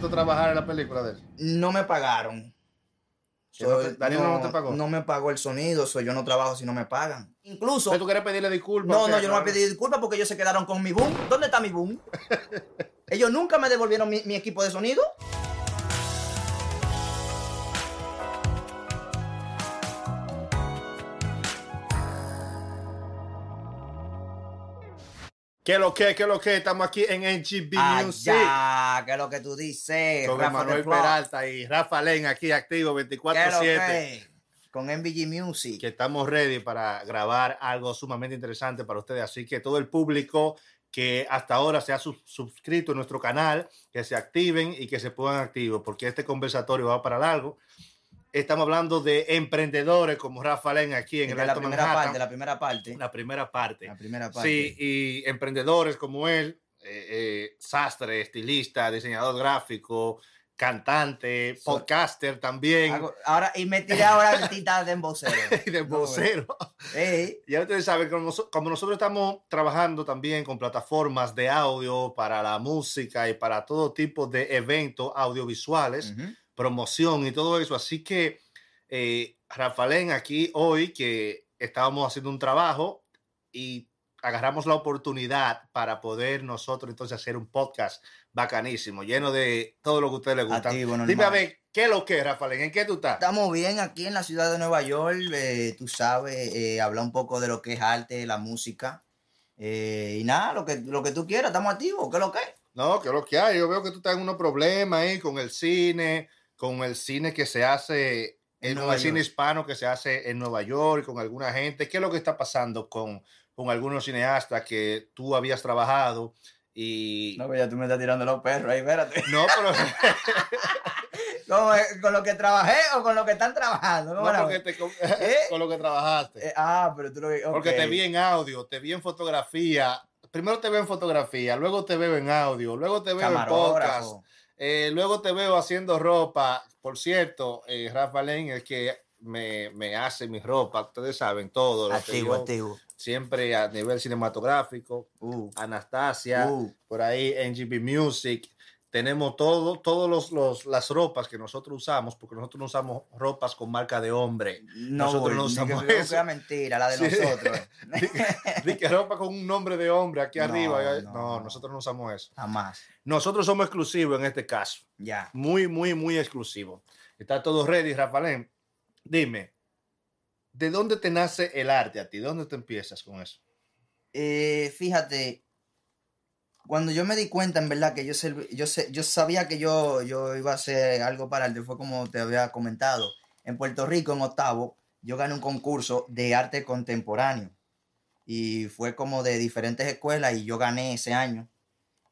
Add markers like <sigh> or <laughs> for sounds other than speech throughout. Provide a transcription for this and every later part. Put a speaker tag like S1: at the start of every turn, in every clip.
S1: tú trabajar en la película de él?
S2: No me pagaron.
S1: Que no te- Darío no te pagó.
S2: no me pagó el sonido, soy yo no trabajo si no me pagan. Incluso.
S1: Entonces, ¿Tú quieres pedirle disculpas?
S2: No,
S1: ¿O
S2: no,
S1: qué?
S2: yo no voy a pedir disculpas porque ellos se quedaron con mi boom. ¿Dónde está mi
S1: <laughs>
S2: boom? Ellos nunca me devolvieron mi, mi equipo de sonido.
S1: ¿Qué lo que? ¿Qué lo que? Estamos aquí en NGB Music.
S2: Allá, que es lo que tú dices.
S1: Con
S2: Ah, eh, Rafa
S1: Manuel
S2: The Plug.
S1: Peralta y Rafa Len aquí activo
S2: ¿Qué es lo
S1: 24-7.
S2: que? Con MVG Music.
S1: Que estamos ready para grabar algo sumamente interesante para ustedes. Así que todo el público que hasta ahora se ha sus- suscrito a nuestro canal, que se activen y que se pongan activos, porque este conversatorio va para largo. Estamos hablando de emprendedores como Rafa Len aquí en
S2: De
S1: el
S2: la
S1: Alto
S2: primera
S1: Manhattan.
S2: parte, la primera parte.
S1: La primera parte.
S2: La primera parte.
S1: Sí, y emprendedores como él, eh, eh, sastre, estilista, diseñador gráfico, cantante,
S2: So-
S1: podcaster también,
S2: Hago- ahora, y me tiré ahora artistas de embocero.
S1: <laughs> y de
S2: No, bueno.
S1: vocero.
S2: Ey,
S1: Ya ustedes saben, como, noso- como nosotros estamos trabajando también con plataformas de audio para la música y para todo tipo de eventos audiovisuales,
S2: ujú.
S1: promoción y todo eso. Así que, eh, Rafaelén, aquí hoy que estábamos haciendo un trabajo y agarramos la oportunidad para poder nosotros entonces hacer un podcast bacanísimo, lleno de todo lo que a ustedes les gusta.
S2: Activo, normal.
S1: Dime a ver, ¿qué es lo que es, Rafaelén? ¿En qué tú estás?
S2: Estamos bien aquí en la ciudad de Nueva York, eh, tú sabes, eh, hablar un poco de lo que es arte, la música. eh, y nada, lo que, lo que tú quieras, estamos activos, ¿qué es lo que es?
S1: No, que lo que hay. Yo veo que tú estás en unos problemas ahí con el cine, con el cine que se hace,
S2: En
S1: eh, con
S2: Nueva
S1: el cine
S2: York.
S1: hispano que se hace en Nueva York, con alguna gente. ¿Qué es lo que está pasando con, con algunos cineastas que tú habías trabajado? Y.
S2: No, que ya tú me estás tirando los perros ahí, espérate.
S1: No, pero <laughs>
S2: ¿Cómo es? <laughs> ¿Con lo que trabajé o con lo que están trabajando? ¿Cómo
S1: no
S2: la
S1: porque
S2: ves?
S1: te- con,
S2: <laughs> ¿Eh?
S1: <laughs> con lo que trabajaste.
S2: Eh, ah, pero tú lo que.
S1: Porque
S2: ok.
S1: te vi en audio, te vi en fotografía. Primero te veo en fotografía, luego te veo en audio, luego te veo en podcast.
S2: Camarógrafo.
S1: Eh, luego te veo haciendo ropa. Por cierto, eh, Rafa Len es que me, me hace mi ropa. Ustedes saben todo. Lo que
S2: Activo,
S1: yo-
S2: activo.
S1: Siempre a nivel cinematográfico.
S2: Uh,
S1: Anastasia,
S2: uh,
S1: por ahí NGB Music. Tenemos todo, todos los, los- las ropas que nosotros usamos, porque nosotros no usamos ropas con marca de
S2: <laughs>
S1: hombre.
S2: No,
S1: Nosotros
S2: voy,
S1: no
S2: ni que-
S1: usamos
S2: no, que
S1: eso.
S2: era mentira, la de
S1: Sí.
S2: nosotros.
S1: Ni que ropa con un nombre de hombre aquí
S2: No,
S1: arriba. no,
S2: no, no.
S1: nosotros no usamos eso.
S2: Jamás.
S1: Nosotros somos exclusivos en este caso.
S2: Ya.
S1: muy, muy, muy exclusivo. Está todo ready, Rafael. Dime, ¿de dónde te nace el arte a ti? ¿Dónde te empiezas con eso?
S2: Eh, fíjate, cuando yo me di cuenta, en verdad, que yo, serv- yo, sé- yo sabía que yo, yo iba a hacer algo para arte, fue como te había comentado. En Puerto Rico, en octavo, yo gané un concurso de arte contemporáneo. Y fue como de diferentes escuelas y yo gané ese año.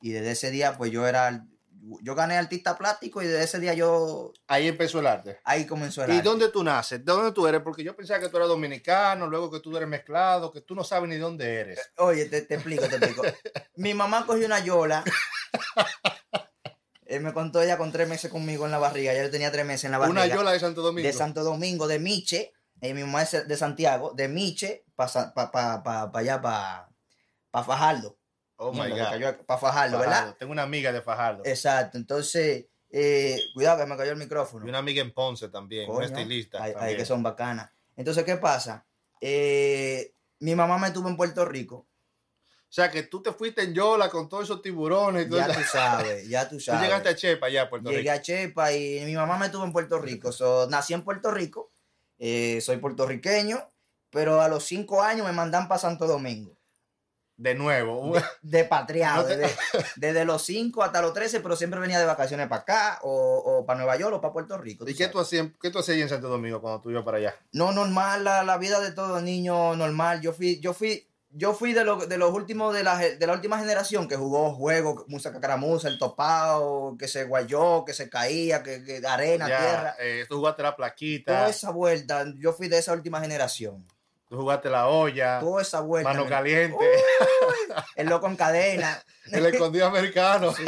S2: Y desde ese día, pues yo era, yo gané artista plástico y desde ese día yo,
S1: Ahí empezó el arte.
S2: ahí comenzó el
S1: ¿Y
S2: arte.
S1: dónde tú naces? ¿De dónde tú eres? Porque yo pensaba que tú eras dominicano, luego que tú eres mezclado, que tú no sabes ni dónde eres.
S2: Oye, te, te explico, te explico. Mi mamá cogió una
S1: <laughs>
S2: yola. Eh, me contó ella con tres meses conmigo en la barriga. Ya yo tenía tres meses en la barriga.
S1: Una yola de Santo Domingo.
S2: Ah, de Santo Domingo, de Miche. Eh, mi mamá es de Santiago, de Miche, para pa, pa, pa, pa allá, para pa Fajardo.
S1: oh my God.
S2: Para Fajardo, ¿verdad? Eh,
S1: Fajardo. Tengo una amiga de Fajardo.
S2: Exacto. Entonces, eh, cuidado que me cayó el micrófono.
S1: Y una amiga en Ponce también,
S2: Coño,
S1: una estilista.
S2: Hay, hay
S1: también.
S2: que son bacanas. Entonces, ¿qué pasa? Eh, mi mamá me tuvo en Puerto Rico.
S1: O sea, que tú te fuiste en yola con todos esos tiburones. y todo
S2: Ya
S1: eso.
S2: tú sabes, ya
S1: <laughs>
S2: tú
S1: Tú
S2: sabes.
S1: llegaste a Chepa allá, a Puerto
S2: Llegué
S1: Rico.
S2: a Chepa y mi mamá me tuvo en Puerto Rico. So, nací en Puerto Rico, eh, soy puertorriqueño, pero a los cinco años me mandan para Santo Domingo.
S1: De nuevo.
S2: De patriado,
S1: No te- <laughs>
S2: desde, desde los cinco hasta los 13, pero siempre venía de vacaciones para acá, o, o para Nueva York, o para Puerto Rico.
S1: ¿Y
S2: tú
S1: qué
S2: sabes.
S1: tú, hacías, qué tú hacías allí en Santo Domingo cuando tú ibas para allá?
S2: No, normal, la, la vida de todo niño, normal. Yo fui, yo fui, yo fui de, lo- de los últimos, de la, ge- de la última generación que jugó juegos, música cacaramuza, el topado, que se guayó, que se caía, que, que arena,
S1: Ya,
S2: tierra.
S1: eh, tú jugaste la plaquita,
S2: Toda esa vuelta, yo fui de esa última generación.
S1: tú jugaste la olla,
S2: Toda esa vuelta.
S1: Ah, mano
S2: me-
S1: caliente,
S2: el loco
S1: <laughs>
S2: en cadena.
S1: el
S2: <laughs>
S1: escondido americano.
S2: Uh. Sí,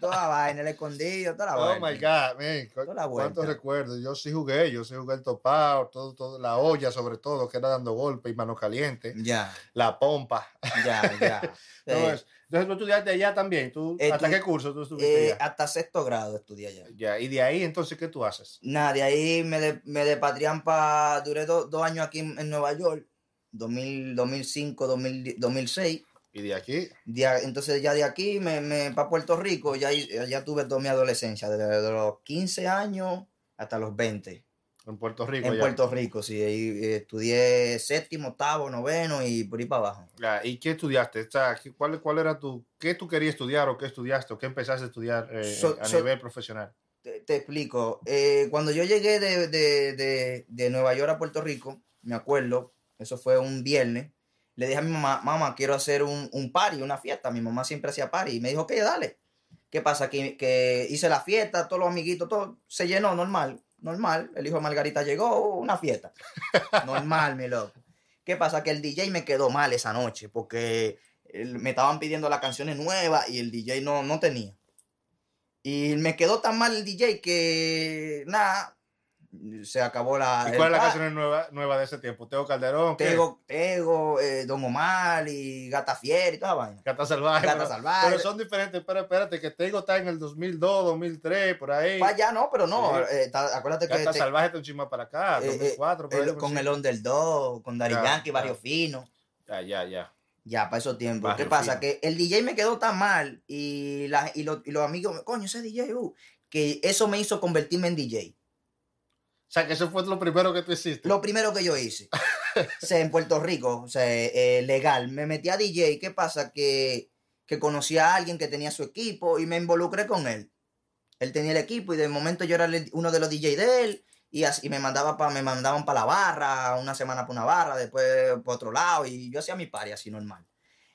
S2: toda la vaina, el escondido, toda la
S1: Oh
S2: vaina.
S1: my God, man, cu-
S2: Toda la
S1: cuántos
S2: vuelta.
S1: recuerdos. Yo sí jugué, yo sí jugué el topado, todo, todo, la olla sobre todo, que era dando golpes y mano caliente,
S2: Ya,
S1: la pompa. <laughs>
S2: ya, ya. Mm. Sí.
S1: todo eso. Entonces tú estudiaste allá también. ¿Tú,
S2: Eh,
S1: ¿Hasta
S2: tú-
S1: qué curso tú estuviste
S2: Eh,
S1: allá?
S2: hasta sexto grado estudié allá.
S1: Ya, Y de ahí, entonces, ¿qué tú haces?
S2: Nada, de ahí me, de- me depatrian para... Duré do- dos años aquí en, en Nueva York, 2000, 2005, 2000, 2006.
S1: Y de aquí,
S2: De a- entonces ya de aquí me, me para Puerto Rico, ya, ahí- ya tuve toda mi adolescencia, desde los 15 años hasta los 20.
S1: en Puerto Rico.
S2: En
S1: ya.
S2: Puerto Rico, sí, ahí eh, estudié séptimo, octavo, noveno y por ahí para abajo.
S1: Ya, ¿Y qué estudiaste? Esta- qué- ¿Cuál, ¿Cuál era tu... ¿Qué tú querías estudiar o qué estudiaste o qué empezaste a estudiar eh,
S2: So-
S1: a
S2: so-
S1: nivel profesional?
S2: Te, te explico, eh, cuando yo llegué de, de- de- de Nueva York a Puerto Rico, me acuerdo, eso fue un viernes, le dije a mi mamá, mamá, quiero hacer un, un party, una fiesta. Mi mamá siempre hacía party y me dijo, ok, dale. ¿Qué pasa? Que, que hice la fiesta, todos los amiguitos, todo se llenó, normal, normal. El hijo de Margarita llegó,
S1: <laughs>
S2: una fiesta. Normal, mi loco. ¿Qué pasa? Que el DJ me quedó mal esa noche porque eh, me estaban pidiendo las canciones nuevas y el DJ no, no tenía. Y me quedó tan mal el DJ que, nada, se acabó la...
S1: ¿Y
S2: el
S1: cuál es la
S2: pa-
S1: canción nueva, nueva de ese tiempo? ¿Teo Calderón? ¿Qué?
S2: Tego, Tego eh, Don Omar y Gata Fiera y toda la vaina.
S1: Gata Salvaje.
S2: Gata
S1: pero-
S2: Salvaje.
S1: Pero son diferentes. Pero espérate, que Tego está en el 2002, 2003, por ahí.
S2: Pa' allá Pues no, pero no.
S1: Sí.
S2: eh, ta- acuérdate que
S1: Gata
S2: te-
S1: Salvaje está un chisme para acá,
S2: Eh, eh,
S1: 2004. por ahí,
S2: el-
S1: por
S2: con
S1: sí.
S2: el Underdog, con Dari
S1: Ya,
S2: Yankee, Barrio
S1: ya.
S2: Fino.
S1: Ya, ya, ya.
S2: Ya, para esos tiempos.
S1: Barrio
S2: ¿Qué pasa?
S1: Fino.
S2: Que el DJ me quedó tan mal y, la- y, los, y los amigos, me, coño, ese DJ, uh", que eso me hizo convertirme en DJ.
S1: O sea, que eso fue lo primero que tú hiciste.
S2: Lo primero que yo hice, o sea, en Puerto Rico, o sea, eh, legal, me metí a DJ. ¿Qué pasa? Que, que conocí a alguien que tenía su equipo y me involucré con él. Él tenía el equipo y de momento yo era el- uno de los DJ de él y, así, y me, mandaba pa- me mandaban para la barra, una semana para una barra, después para otro lado y yo hacía mi party así normal.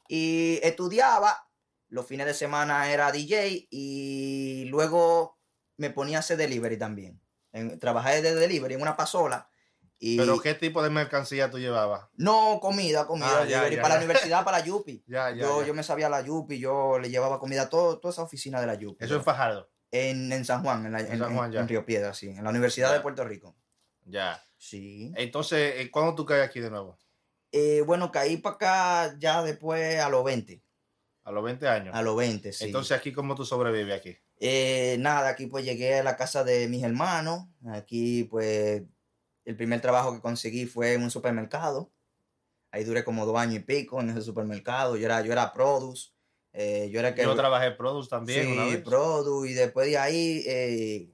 S2: Y estudiaba, los fines de semana era DJ y luego me ponía a hacer delivery también. En- trabajé de delivery en una pasola. Y
S1: Pero ¿qué tipo de mercancía tú llevabas?
S2: no, comida, comida.
S1: Ah, ya,
S2: delivery
S1: ya,
S2: para
S1: ya.
S2: la universidad, para la Yupi.
S1: <laughs> Ya, ya.
S2: Yo,
S1: ya.
S2: yo me sabía la Yupi, yo le llevaba comida a todo, toda esa oficina de la Yupi.
S1: Eso es Fajardo.
S2: en, en San Juan, en, la-
S1: En
S2: en-
S1: San
S2: en-
S1: Juan, ya.
S2: en Río Piedra, sí. En la Universidad
S1: Ya.
S2: de Puerto Rico.
S1: Ya.
S2: Sí.
S1: Entonces, eh, ¿cuándo tú caes aquí de nuevo?
S2: Eh, bueno, caí para acá ya después a los 20.
S1: A los 20 años.
S2: A los 20, sí.
S1: Entonces, aquí ¿cómo tú sobrevives aquí?
S2: Eh, nada, aquí pues llegué a la casa de mis hermanos. Aquí pues el primer trabajo que conseguí fue en un supermercado. Ahí duré como dos años y pico en ese supermercado. Yo era, yo era produce. eh, yo era que...
S1: Yo trabajé en Produce también
S2: sí,
S1: una vez.
S2: produ, y después de ahí eh,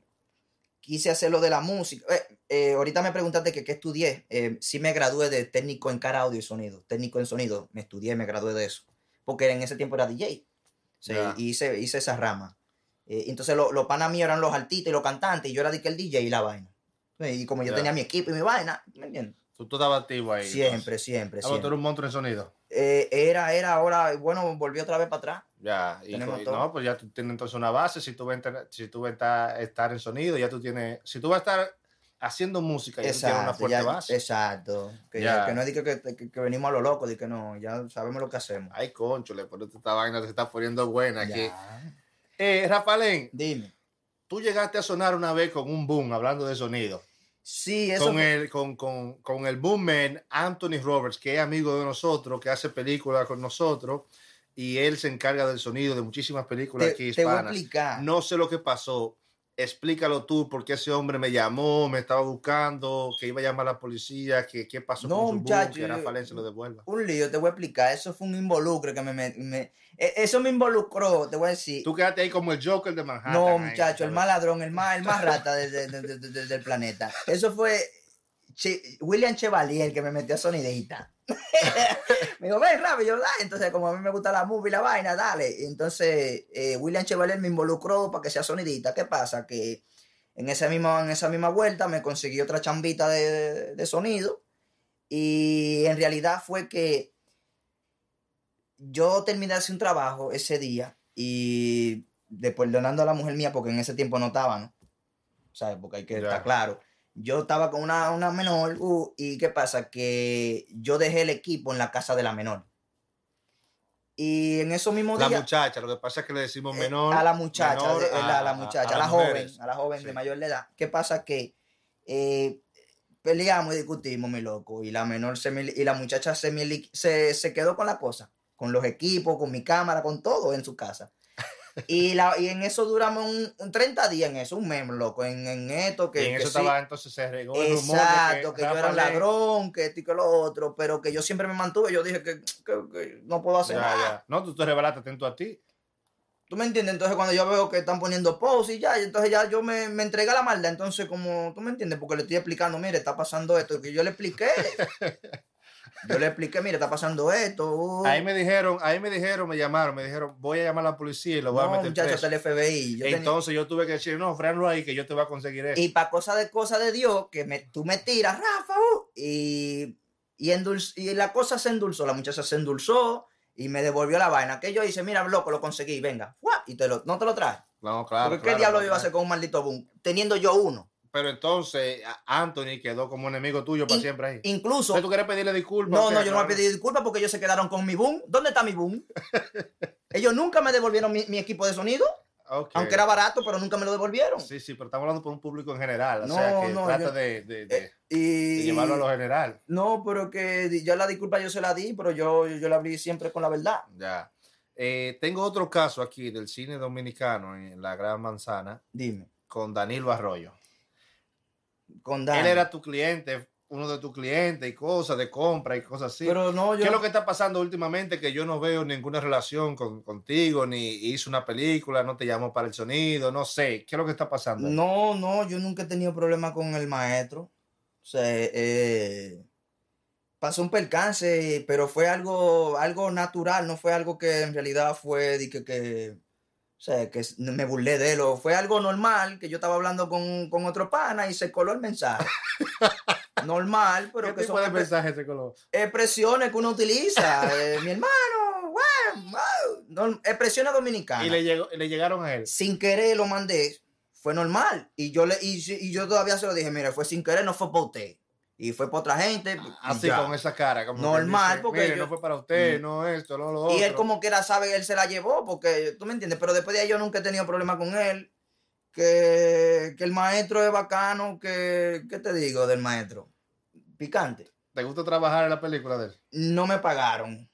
S2: quise hacer lo de la música. Eh, eh, ahorita me preguntaste que qué estudié. Eh, sí me gradué de técnico en cara, audio y sonido. Técnico en sonido. Me estudié, me gradué de eso. Porque en ese tiempo era DJ. O
S1: Ya.
S2: sea, y hice, hice esa rama. Eh, entonces los lo panas míos eran los artistas y los cantantes y yo era de que el DJ y la vaina. Eh, Y como yo
S1: Ya.
S2: tenía mi equipo y mi vaina, ¿me entiendes?
S1: Tú, tú estabas activo ahí. entonces.
S2: Siempre, siempre,
S1: Ah, pero tú
S2: siempre.
S1: eres un monstruo en sonido.
S2: Eh, era, era, ahora, bueno, volví otra vez para atrás.
S1: Ya, y
S2: Tenemos
S1: co- y
S2: todo.
S1: no, pues ya tú tienes entonces una base. Si tú vas a, entrar- si tú vas a estar- estar en sonido, ya tú tienes. Si tú vas a estar haciendo música, ya tú tienes una fuerte
S2: ya-
S1: base.
S2: Exacto. Que,
S1: Ya.
S2: que no es de que, que- que venimos a lo loco, de que no, ya sabemos lo que hacemos.
S1: Ay, conchole, por esta vaina se está poniendo buena aquí.
S2: Ya.
S1: Eh, Rafaelén,
S2: Dime.
S1: tú llegaste a sonar una vez con un boom, hablando de sonido.
S2: Sí, eso.
S1: Con
S2: fue-
S1: el, con, con, con el boom man Anthony Roberts, que es amigo de nosotros, que hace películas con nosotros, y él se encarga del sonido de muchísimas películas
S2: te,
S1: aquí
S2: te voy a
S1: hispanas.
S2: explicar.
S1: No sé lo que pasó. Explícalo tú, porque ese hombre me llamó, me estaba buscando, que iba a llamar a la policía, que qué pasó
S2: No,
S1: con su boom,
S2: muchacho,
S1: que
S2: yo-
S1: Rafael se lo devuelva.
S2: Un lío, te voy a explicar. Eso fue un involucro que me. me- me- e- eso me involucró, te voy a decir.
S1: Tú quedaste ahí como el Joker de Manhattan.
S2: eh, no,
S1: ahí,
S2: muchacho, el
S1: ¿sabes?
S2: más ladrón, el más, el más rata de- de- de- de- de- de- del planeta. Eso fue Che- William Chevalier el que me metió a sonidita. <laughs> me dijo, ven rápido, yo, dale. Entonces, como a mí me gusta la movie y la vaina, dale. Y entonces, eh, William Chevalier me involucró para que sea sonidita. ¿Qué pasa? Que en esa misma, en esa misma vuelta me conseguí otra chambita de- de- de sonido. Y en realidad fue que yo terminé de hacer un trabajo ese día y de perdonando a la mujer mía, porque en ese tiempo no estaba, ¿no? ¿Sabes? Porque hay que
S1: Ya.
S2: estar claro. Yo estaba con una, una menor uh, y ¿qué pasa? Que yo dejé el equipo en la casa de la menor. Y en esos mismos
S1: La
S2: días...
S1: muchacha, lo que pasa es que le decimos
S2: Eh,
S1: menor.
S2: a la muchacha,
S1: menor
S2: de- eh, la- a, la
S1: a-
S2: muchacha,
S1: a
S2: a, la
S1: las
S2: joven,
S1: mujeres.
S2: a la joven
S1: Sí.
S2: de mayor de edad. ¿Qué pasa? Que eh, peleamos y discutimos, mi loco, y la menor se, mil- y la muchacha se, mili- se, se quedó con la cosa. con los equipos, con mi cámara, con todo en
S1: <laughs>
S2: su casa. Y, la, y en eso duramos un, un 30 días en eso, un mes, loco, en, en esto que...
S1: y en
S2: que
S1: eso
S2: sí.
S1: estaba, entonces se regó el rumor de
S2: Exacto, que, yo era
S1: Rafa
S2: un
S1: Leal-
S2: ladrón, que esto y que lo otro, pero que yo siempre me mantuve, yo dije que, que- que no puedo hacer
S1: Ya,
S2: nada.
S1: ya. No, tú te rebelaste atento a ti.
S2: ¿Tú me entiendes? Entonces cuando yo veo que están poniendo post y ya, y entonces ya yo me, me entregué a la maldad. Entonces como, ¿tú me entiendes? Porque le estoy explicando, mire, está pasando esto. Que yo
S1: <laughs>
S2: le expliqué. Yo le expliqué, mire, está pasando esto. uh.
S1: Ahí me dijeron, ahí me dijeron, me llamaron, me dijeron, voy a llamar a la policía y lo voy a
S2: no,
S1: meter
S2: muchacho,
S1: preso.
S2: hasta el FBI. Yo tenía-
S1: Entonces yo tuve que decir, no, frenlo ahí que yo te voy a conseguir eso.
S2: y para cosa de cosa de Dios, que me, tú me tiras, Rafa, uh, y, y, endul- y la cosa se endulzó, la muchacha se endulzó y me devolvió la vaina. Que yo hice, mira, loco, lo conseguí, venga, ¡fua! y te lo, no te lo traes.
S1: No, claro.
S2: Porque
S1: Ah, claro,
S2: ¿qué diablo
S1: no,
S2: yo iba a hacer con un maldito boom? Teniendo yo uno.
S1: Pero entonces a- Anthony quedó como enemigo tuyo para
S2: Y-
S1: siempre ahí.
S2: Incluso
S1: Entonces tú quieres pedirle disculpas.
S2: No,
S1: o qué?
S2: no, yo no voy a
S1: Claro.
S2: pedir disculpas porque ellos se quedaron con mi boom. ¿Dónde está
S1: <laughs>
S2: mi boom? Ellos nunca me devolvieron mi, mi equipo de sonido,
S1: Ah, Ok.
S2: aunque era barato, pero nunca me lo devolvieron.
S1: Sí, sí, pero estamos hablando por un público en general. O
S2: No,
S1: sea, que
S2: no,
S1: trata
S2: yo-
S1: de, de- de-
S2: Eh,
S1: de
S2: Y...
S1: llevarlo a lo general.
S2: No, pero que di- yo la disculpa yo se la di, pero yo, yo, yo la abrí siempre con la verdad.
S1: Ya. Eh, tengo otro caso aquí del cine dominicano en La Gran Manzana
S2: Dime,
S1: con Danilo Arroyo.
S2: con Dani.
S1: Él era tu cliente, uno de tus clientes y cosas de compra y cosas así.
S2: Pero no,
S1: ¿Qué
S2: yo...
S1: es lo que está pasando últimamente? Que yo no veo ninguna relación con, contigo, ni hice una película, no te llamo para el sonido, no sé. ¿Qué es lo que está pasando? ahí?
S2: No, no, yo nunca he tenido problema con el maestro. O sea, eh, pasó un percance, pero fue algo, algo natural, no fue algo que en realidad fue de que, que, o sea, que s- me burlé de él, o fue algo normal, que yo estaba hablando con, con otro pana y se coló el
S1: <laughs>
S2: mensaje. normal, pero
S1: ¿Qué
S2: que son
S1: tipo de
S2: expre-
S1: mensaje se coló?
S2: expresiones que uno utiliza. eh, mi hermano, guau, guau, norm- expresiones dominicanas
S1: Y le, llegó, le llegaron a él.
S2: sin querer lo mandé, fue normal. Y yo le y, si- y yo todavía se lo dije, mire, fue sin querer, no fue para usted. Y fue para otra gente. y
S1: Ah, Así
S2: ya.
S1: con esa cara. Como
S2: Normal,
S1: que dice,
S2: porque
S1: "Mire,
S2: yo- Mm.
S1: no fue para usted, no esto, no lo otro.
S2: Y él como quiera sabe, él se la llevó, porque tú me entiendes, pero después de ahí yo nunca he tenido problema con él. Que, que el maestro es bacano, que, ¿qué te digo del maestro? Picante.
S1: ¿Te gusta trabajar en la película de él?
S2: No me pagaron.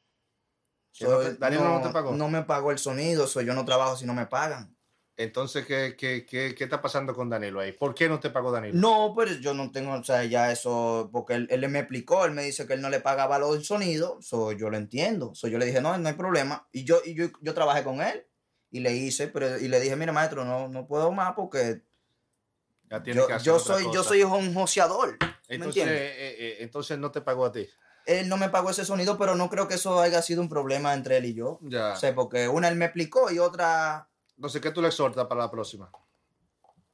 S1: Que no te-
S2: Soy-
S1: Danilo no te pagó.
S2: No me pagó el sonido, soy yo no trabajo si no me pagan.
S1: Entonces, ¿qué, qué, qué, qué está pasando con Danilo ahí? ¿Por qué no te pagó Danilo?
S2: No, pero yo no tengo, o sea, ya eso, porque él, él me explicó, él me dice que él no le pagaba los sonidos, so, yo lo entiendo. So, yo le dije, no, no hay problema. Y yo, y yo, yo trabajé con él y le hice, pero y le dije, mire, maestro, no, no puedo más porque
S1: Ya tiene
S2: yo,
S1: que hacer
S2: yo
S1: otra
S2: soy, yo
S1: cosa.
S2: soy un joseador.
S1: Entonces,
S2: entiendes?
S1: eh, eh, entonces no te pagó a ti.
S2: Él no me pagó ese sonido, pero no creo que eso haya sido un problema entre él y yo.
S1: Ya.
S2: O sea, porque una él me explicó y otra
S1: Entonces, ¿qué tú le exhortas para la próxima?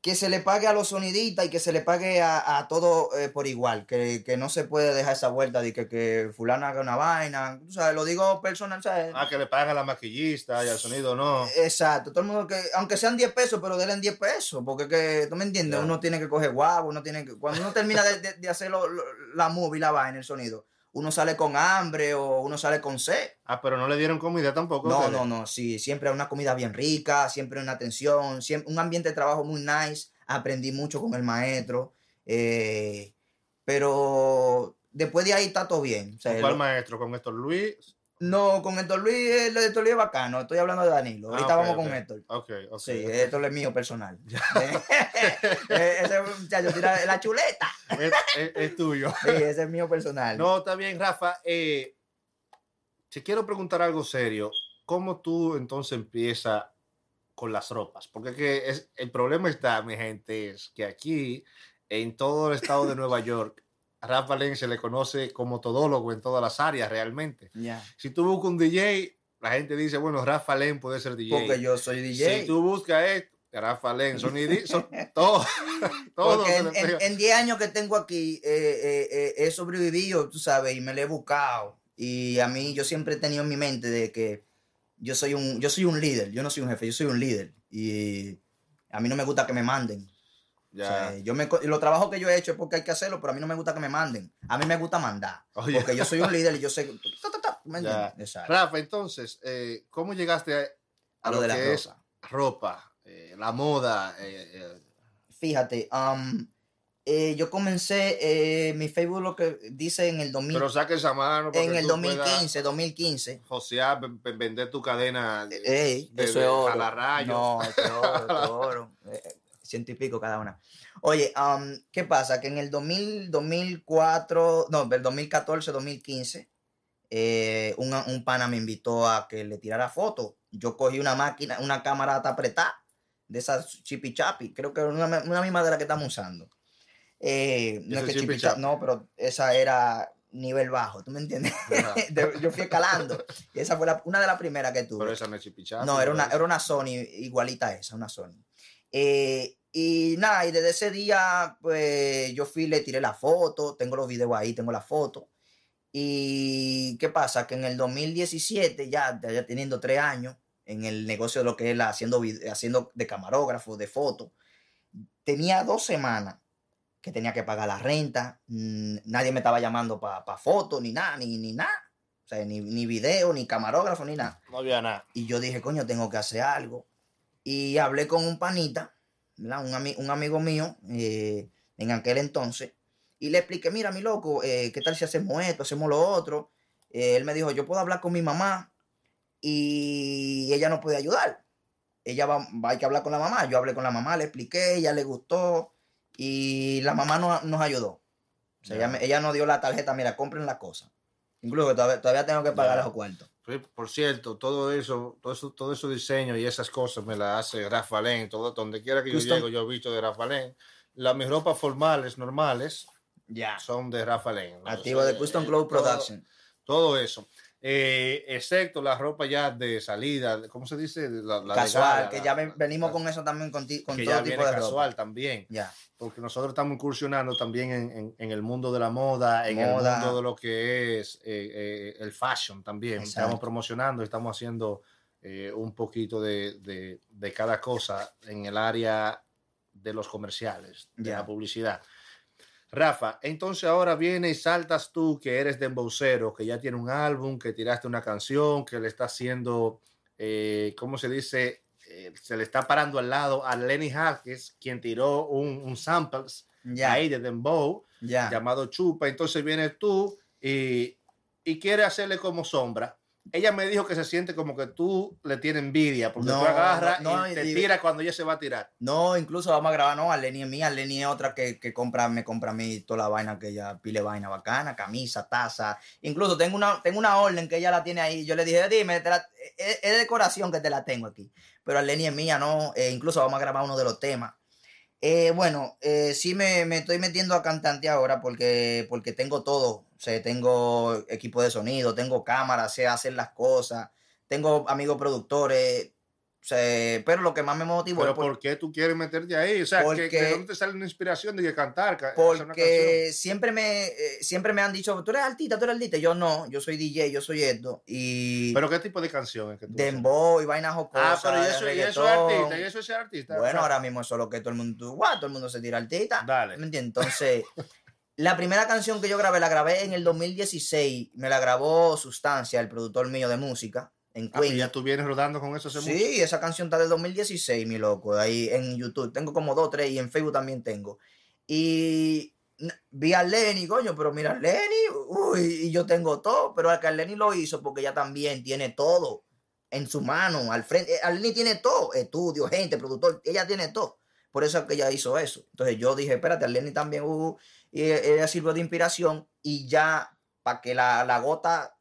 S2: que se le pague a los sonidistas y que se le pague a, a todo eh, por igual, que, que no se puede dejar esa vuelta de que, que fulano haga una vaina, tú sabes, lo digo personal, ¿sabes?
S1: Ah, que le pagan a la maquillista y al sonido no.
S2: Exacto, todo el mundo que, aunque sean 10 pesos, pero denle 10 pesos, porque que, tú me entiendes,
S1: Ya.
S2: uno tiene que coger guapo, uno tiene que, cuando uno termina de, de- de hacer lo- lo- la movie, la vaina, el sonido, uno sale con hambre o uno sale con sed.
S1: Ah, pero no le dieron comida tampoco.
S2: No,
S1: ustedes.
S2: no, no, sí, siempre una comida bien rica, siempre una atención, siempre un ambiente de trabajo muy nice, aprendí mucho con el maestro, eh, pero después de ahí está todo bien. o sea,
S1: ¿Con cuál
S2: lo-
S1: maestro? ¿Con Héctor Luis?
S2: no, con Héctor Luis, el de Héctor Luis es bacano, estoy hablando de Danilo,
S1: Ah,
S2: ahorita
S1: ok,
S2: vamos
S1: ok.
S2: con Héctor.
S1: Ok, ok.
S2: Sí,
S1: ok.
S2: Héctor es
S1: <laughs>
S2: mío personal. <laughs> Eh, ese muchacho tira la chuleta.
S1: Es, es- es tuyo.
S2: Sí, ese es mío personal.
S1: No, está bien, Rafa. Eh, te quiero preguntar algo serio. ¿Cómo tú entonces empiezas con las ropas? Porque que es, el problema está, mi gente, es que aquí, en todo el estado de Nueva York, a Rafa Len se le conoce como todólogo en todas las áreas realmente.
S2: Ya,
S1: Si tú buscas un DJ, la gente dice, bueno, Rafa Len puede ser DJ.
S2: porque yo soy DJ.
S1: Si tú buscas esto, Rafa Len, Sonidi,
S2: <laughs>
S1: son, todo, todo
S2: Porque
S1: se
S2: en,
S1: le
S2: en-
S1: pega.
S2: en 10 años que tengo aquí eh, eh, eh, he sobrevivido, tú sabes, y me lo he buscado. Y a mí yo siempre he tenido en mi mente de que yo soy un, yo soy un líder, yo no soy un jefe, yo soy un líder. Y a mí no me gusta que me manden. O
S1: Ya.
S2: sea, yo me, co- y los trabajos que yo he hecho es porque hay que hacerlo, pero a mí no me gusta que me manden. A mí me gusta mandar.
S1: Oye.
S2: Porque yo soy un líder y yo sé... ta, ta, ta, ¿me
S1: Ya.
S2: entiendes? Exacto.
S1: Rafa, entonces, eh, ¿cómo llegaste a, a
S2: A
S1: lo,
S2: lo de la
S1: que es
S2: ropa.
S1: ropa, eh, la moda? eh, eh,
S2: Fíjate, am, eh, yo comencé eh, mi Facebook lo que dice en el 2000,
S1: Pero saca esa mano. para
S2: en
S1: que
S2: el
S1: tú puedas
S2: 2015, 2015.
S1: Josear, ven- ven- vender tu cadena de,
S2: Ey,
S1: de-
S3: eso
S1: de
S3: es oro.
S1: jalarrayos.
S2: no, esto es oro, esto es
S1: <laughs>
S2: oro. Eh, Ciento y pico cada una. Oye, am, ¿qué pasa? Que en el 2000, 2004, no, del 2014, 2015, eh, un, un pana me invitó a que le tirara fotos. Yo cogí una máquina, una cámara hasta apretada, de esas chipi chapi, creo que era una, una misma de la que estamos usando. Eh, no,
S1: Esa
S2: es que
S1: chipi
S2: chipi
S1: chapi.
S2: chapi, no, pero esa era nivel bajo, ¿tú me entiendes? <laughs>
S1: Ajá.
S2: De- yo fui escalando. Y esa fue la- una de las primeras que tuve.
S1: Pero esa no es chipichapi,
S2: No, era
S1: pero
S2: una,
S1: esa-
S2: era una Sony igualita a esa, una Sony. Eh, y nada, y desde ese día, pues yo fui, le tiré la foto, tengo los videos ahí, tengo la foto. Y qué pasa, que en el 2017, ya, ya teniendo tres años en el negocio de lo que es la haciendo, vid- haciendo de camarógrafo, de foto, tenía dos semanas que tenía que pagar la renta, mm, nadie me estaba llamando para fotos, ni nada, ni, ni nada. O sea, ni, ni video, ni camarógrafo, ni nada.
S1: No había nada.
S2: Y yo dije, coño, tengo que hacer algo. Y hablé con un panita, ¿verdad? Un, ami- un amigo mío eh, en aquel entonces. Y le expliqué, mira, mi loco, eh, ¿qué tal si hacemos esto, hacemos lo otro? Eh, él me dijo, yo puedo hablar con mi mamá y ella nos puede ayudar. Ella va, va- hay que hablar con la mamá. Yo hablé con la mamá, le expliqué, ella le gustó y la mamá no- nos ayudó. O sea,
S1: Ya.
S2: ella, me- ella nos dio la tarjeta, mira, compren la cosa. Incluso todavía, todavía tengo que pagar
S1: Ya.
S2: los cuartos.
S1: Sí, Por cierto, todo eso, todo eso, todo esos diseños y esas cosas me las hace Rafaelén. Todo donde quiera que yo
S2: Custom.
S1: llego, yo visto de Rafaelén. Las mis ropas formales, normales,
S2: Ya.
S1: son de Rafaelén.
S2: Activo de Custom Cloud Production.
S1: eh, Todo eso. Eh, excepto la ropa ya de salida, ¿cómo se dice? La, la de
S2: casual,
S1: gala,
S2: que
S1: la-
S2: ya ven- venimos
S1: la-
S2: con eso también con, ti- con
S1: que
S2: todo
S1: ya
S2: tipo
S1: viene
S2: de
S1: casual
S2: ropa.
S1: también.
S2: Ya.
S1: porque nosotros estamos incursionando también en, en- en el mundo de la moda, en
S2: Moda.
S1: el mundo de lo que es eh, eh, el fashion también.
S2: Exacto.
S1: Estamos promocionando, estamos haciendo eh, un poquito de, de- de cada cosa en el área de los comerciales, de
S2: Ya.
S1: la publicidad. Rafa, entonces ahora viene y saltas tú que eres de que ya tiene un álbum, que tiraste una canción, que le está haciendo eh, ¿cómo se dice? Eh, se le está parando al lado a Lenny Hawkins, quien tiró un, un samples
S2: Ya.
S1: ahí de Dembow,
S2: ya.
S1: llamado Chupa. Entonces vienes tú y, y quiere hacerle como sombra. Ella me dijo que se siente como que tú le tienes envidia, porque
S2: No,
S1: tú agarras
S2: no, no,
S1: y
S2: y
S1: te
S2: digo-
S1: tiras cuando ella se va a tirar.
S2: No, incluso vamos a grabar, no, Arleni es mía, Arleni es otra que, que compra, me compra a mí toda la vaina que ella pile vaina bacana, camisa, taza. Incluso tengo una, tengo una orden que ella la tiene ahí. Yo le dije, dime, te la- es, es decoración que te la tengo aquí. Pero Arleni es mía, no. Eh, incluso vamos a grabar uno de los temas. Eh, bueno, eh, sí me, me estoy metiendo a cantante ahora porque, porque tengo todo. O sea, tengo equipo de sonido, tengo cámara, sé hacer las cosas, tengo amigos productores. o sea, pero lo que más me motivó
S1: Pero
S2: es porque-
S1: ¿por qué tú quieres meterte ahí? O sea, que- que,
S2: Porque-
S1: ¿de dónde te sale una inspiración de que cantar? ca- hacer una canción?
S2: Porque siempre me, eh, siempre me han dicho, tú eres artista, tú eres artista. Yo no, yo soy DJ, yo soy esto. Y
S1: ¿Pero qué tipo de canción es que tú haces?
S2: dembow y vainas
S1: Ah,
S2: jocosas.
S1: pero y
S2: de
S1: eso, y eso es
S2: reggaetón.
S1: artista, y eso es ser artista.
S2: Bueno,
S1: O sea,
S2: ahora mismo eso es lo que todo el mundo, guau, todo el mundo se tira artista.
S1: Dale.
S2: ¿Me entiendes?
S1: <laughs>
S2: Entonces, la primera canción que yo grabé, la grabé en el 2016. Me la grabó Sustancia, el productor mío de música, en
S1: Ah, pues
S2: Queen.
S1: ya tú vienes rodando con eso hace
S2: Sí,
S1: mucho.
S2: esa canción está del 2016, mi loco. Ahí en YouTube tengo como dos, tres y en Facebook también tengo. Y n- vi a Lenny, coño, pero mira, Lenny, uy, y yo tengo todo, pero al que Lenny lo hizo porque ella también tiene todo en su mano, al frente. Eh, Lenny tiene todo, estudio, gente, productor, ella tiene todo. Por eso es que ella hizo eso. Entonces yo dije, espérate, Lenny también, uh, y eh, ella sirvió de inspiración y ya para que la, la gota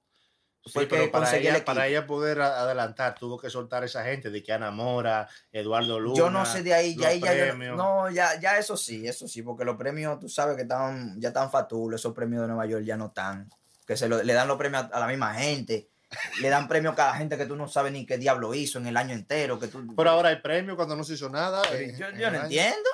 S1: Sí,
S2: fue
S1: pero
S2: que
S1: para
S2: conseguí el
S1: ella,
S2: equipo.
S1: para ella poder a- adelantar, tuvo que soltar esa gente de que Ana Mora, Eduardo Luna.
S2: Yo no sé de ahí, ya
S1: los
S2: ahí ya yo-
S1: premios.
S2: no, ya, ya eso sí, eso sí, porque los premios, tú sabes que están, ya están fatulos, esos premios de Nueva York ya no están, que se lo- le dan los premios a, a la misma gente, le dan premios a cada gente que tú no sabes ni qué diablo hizo en el año entero, que tú...
S1: Pero ahora el premio cuando no se hizo nada.
S2: Pero
S1: eh,
S2: yo,
S1: en
S2: yo
S1: el
S2: no
S1: año.
S2: entiendo.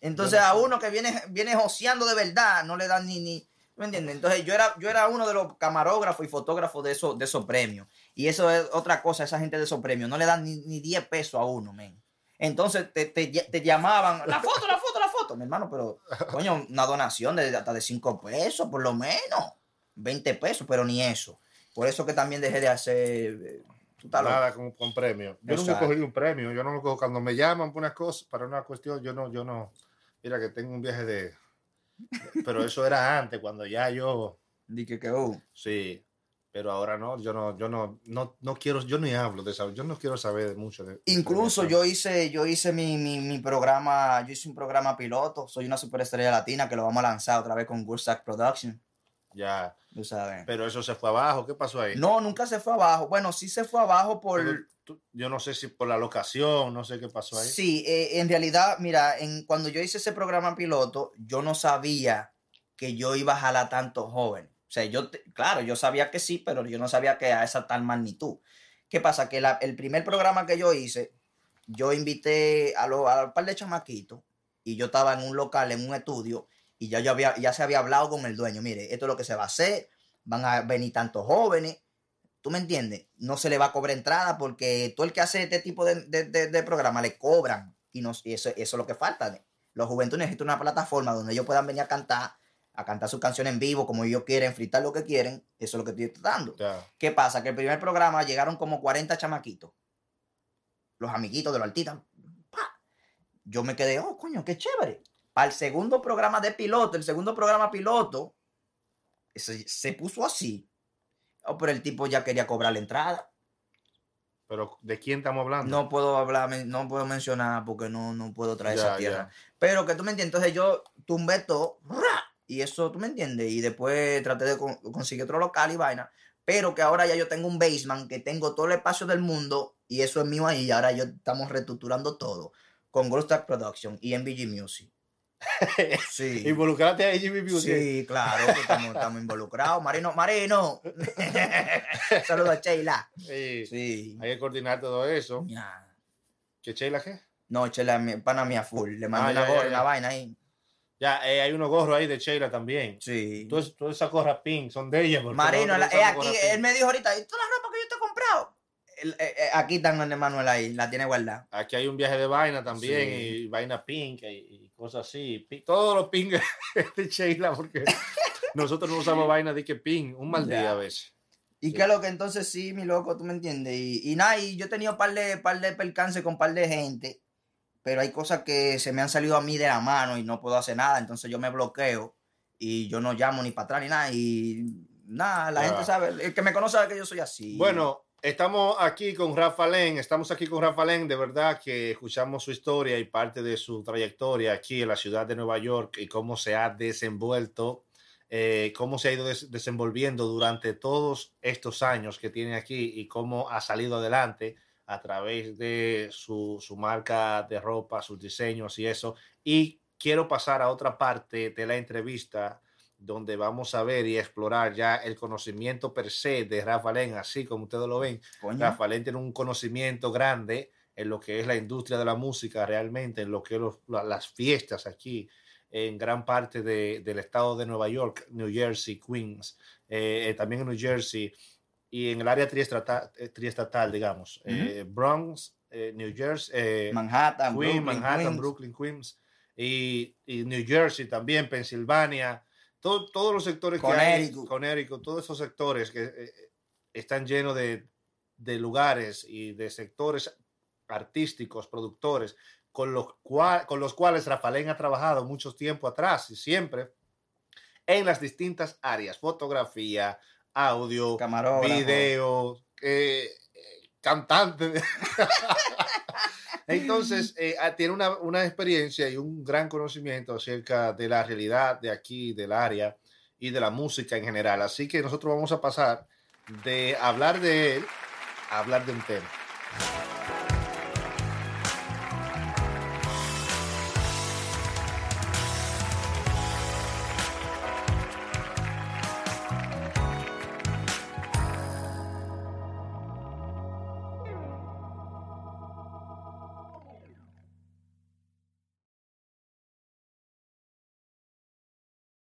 S2: Entonces
S1: no
S2: a
S1: sé.
S2: uno que viene, viene joseando de verdad, no le dan ni, ni, ¿me entiendes? Entonces yo era, yo era uno de los camarógrafos y fotógrafos de esos, de esos premios. Y eso es otra cosa, esa gente de esos premios, no le dan ni, ni 10 pesos a uno, men. Entonces te, te ll- te llamaban, la foto, la foto, la foto, mi hermano, pero coño, una donación de hasta de 5 pesos, por lo menos, 20 pesos, pero ni eso. Por eso que también dejé de hacer... eh, tú estás loco.
S1: Nada con, con premio. Yo nunca he
S2: Exacto.
S1: cogido un premio. Yo no lo cojo. Cuando me llaman por unas cosas, para una cuestión, yo no, yo no. Mira que tengo un viaje de, Pero eso era antes, cuando ya yo.
S2: Di que, que, uh,
S1: Sí. Pero ahora no, yo no, yo no, no, no quiero, yo ni hablo de esa, yo no quiero saber mucho de.
S2: Incluso
S1: de
S2: yo hice, yo hice mi, mi, mi programa, yo hice un programa piloto, soy una superestrella latina que lo vamos a lanzar otra vez con Gursak Production,
S1: Ya,
S2: tú sabes.
S1: pero eso se fue abajo, ¿qué pasó ahí?
S2: No, nunca se fue abajo. Bueno, sí se fue abajo por...
S1: Pero tú- yo no sé si por la locación, no sé qué pasó ahí.
S2: Sí, eh, en realidad, mira, en, cuando yo hice ese programa piloto, yo no sabía que yo iba a jalar tantos jóvenes. O sea, yo, te- claro, yo sabía que sí, pero yo no sabía que a esa tal magnitud. ¿Qué pasa? Que la- el primer programa que yo hice, yo invité a los a un par de chamaquitos y yo estaba en un local, en un estudio, y ya, yo había, ya se había hablado con el dueño. Mire, esto es lo que se va a hacer, van a venir tantos jóvenes. ¿Tú me entiendes? No se le va a cobrar entrada porque todo el que hace este tipo de, de, de- de programa le cobran. Y, nos, y eso, eso es lo que falta. Los juventud necesitan una plataforma donde ellos puedan venir a cantar, a cantar sus canciones en vivo como ellos quieren, fritar lo que quieren. Eso es lo que estoy tratando.
S1: Ya,
S2: ¿Qué pasa? Que el primer programa llegaron como 40 chamaquitos. Los amiguitos de los artistas. ¡pa! Yo me quedé, oh, coño, qué chévere. Para el segundo programa de piloto, el segundo programa piloto, se, se puso así. Oh, pero el tipo ya quería cobrar la entrada.
S1: pero ¿de quién estamos hablando?
S2: No puedo hablar, men- no puedo mencionar porque no, no puedo traer
S1: Ya,
S2: esa tierra. Pero que tú me entiendes, entonces yo tumbé todo, ¡ra! y eso tú me entiendes, y después traté de con- conseguir otro local y vaina, pero que ahora ya yo tengo un basement, que tengo todo el espacio del mundo, y eso es mío ahí, y ahora yo estamos reestructurando todo, con Gold Stack Production y MVG Music.
S1: <laughs>
S2: Sí.
S1: ya. Involucrate a Jimmy Beauty.
S2: Sí, claro, que estamos, estamos involucrados. Marino, Marino.
S1: <laughs>
S2: Saludos a Sheila.
S1: Sí.
S2: Sí.
S1: eh, Hay que coordinar todo eso.
S2: Ya.
S1: ¿Qué Sheila qué?
S2: No, Chela, mi, pana mía full. Le mandé
S1: Ah,
S2: una
S1: ya, ya,
S2: gorra,
S1: ya.
S2: una vaina ahí.
S1: Ya, eh, hay unos gorros ahí de Sheila también.
S2: Sí.
S1: Todas todas esas gorras pink son de ella. porque
S2: Marino,
S1: nosotros
S2: la- es
S1: usamos
S2: aquí,
S1: gorras
S2: él
S1: pink.
S2: me dijo ahorita, ¿y toda la ropa que yo te he comprado? El- eh, eh, aquí están en Manuel ahí, la tiene guardada.
S1: Aquí hay un viaje de vaina también
S2: Sí.
S1: y vaina pink y, y cosas así. Pi- Todos los pink <laughs> de Sheila
S2: <laughs>
S1: porque nosotros no usamos vaina de que pink. Un mal día
S2: Ya.
S1: a veces.
S2: Y
S1: Sí.
S2: que lo que entonces sí, mi loco, tú me entiendes. Y, y nada, y yo he tenido par de, par de percances con par de gente, pero hay cosas que se me han salido a mí de la mano y no puedo hacer nada, entonces yo me bloqueo y yo no llamo ni para atrás ni nada. Y nada, la
S1: Ya.
S2: gente sabe, el que me conoce sabe que yo soy así.
S1: Bueno, estamos aquí con Rafa Len, estamos aquí con Rafa Len, de verdad que escuchamos su historia y parte de su trayectoria aquí en la ciudad de Nueva York y cómo se ha desenvuelto, eh, cómo se ha ido des- desenvolviendo durante todos estos años que tiene aquí y cómo ha salido adelante a través de su, su marca de ropa, sus diseños y eso. Y quiero pasar a otra parte de la entrevista donde vamos a ver y explorar ya el conocimiento per se de Rafael, así como ustedes lo ven.
S2: coño.
S1: Rafael tiene un conocimiento grande en lo que es la industria de la música realmente, en lo que es los- la- las fiestas aquí en gran parte de- del estado de Nueva York, New Jersey, Queens, eh, eh, también en New Jersey y en el área triestatal, eh, triestatal digamos,
S2: Ujú.
S1: eh, Bronx, eh, New Jersey, eh,
S2: Manhattan,
S1: Queens,
S2: Brooklyn,
S1: Manhattan,
S2: Queens.
S1: Brooklyn, Queens y, y New Jersey también, Pensilvania, to- todos los sectores
S2: Connecticut.
S1: que hay, Connecticut, todos esos sectores que eh, están llenos de, de lugares y de sectores artísticos, productores, con los, cua- con los cuales Rafael ha trabajado mucho tiempo atrás y siempre en las distintas áreas, fotografía, audio,
S2: Camarógrafo.
S1: video, eh, eh, cantante. Entonces, eh, ah, tiene una, una experiencia y un gran conocimiento acerca de la realidad de aquí, del área y de la música en general. Así que nosotros vamos a pasar de hablar de él a hablar de un tema.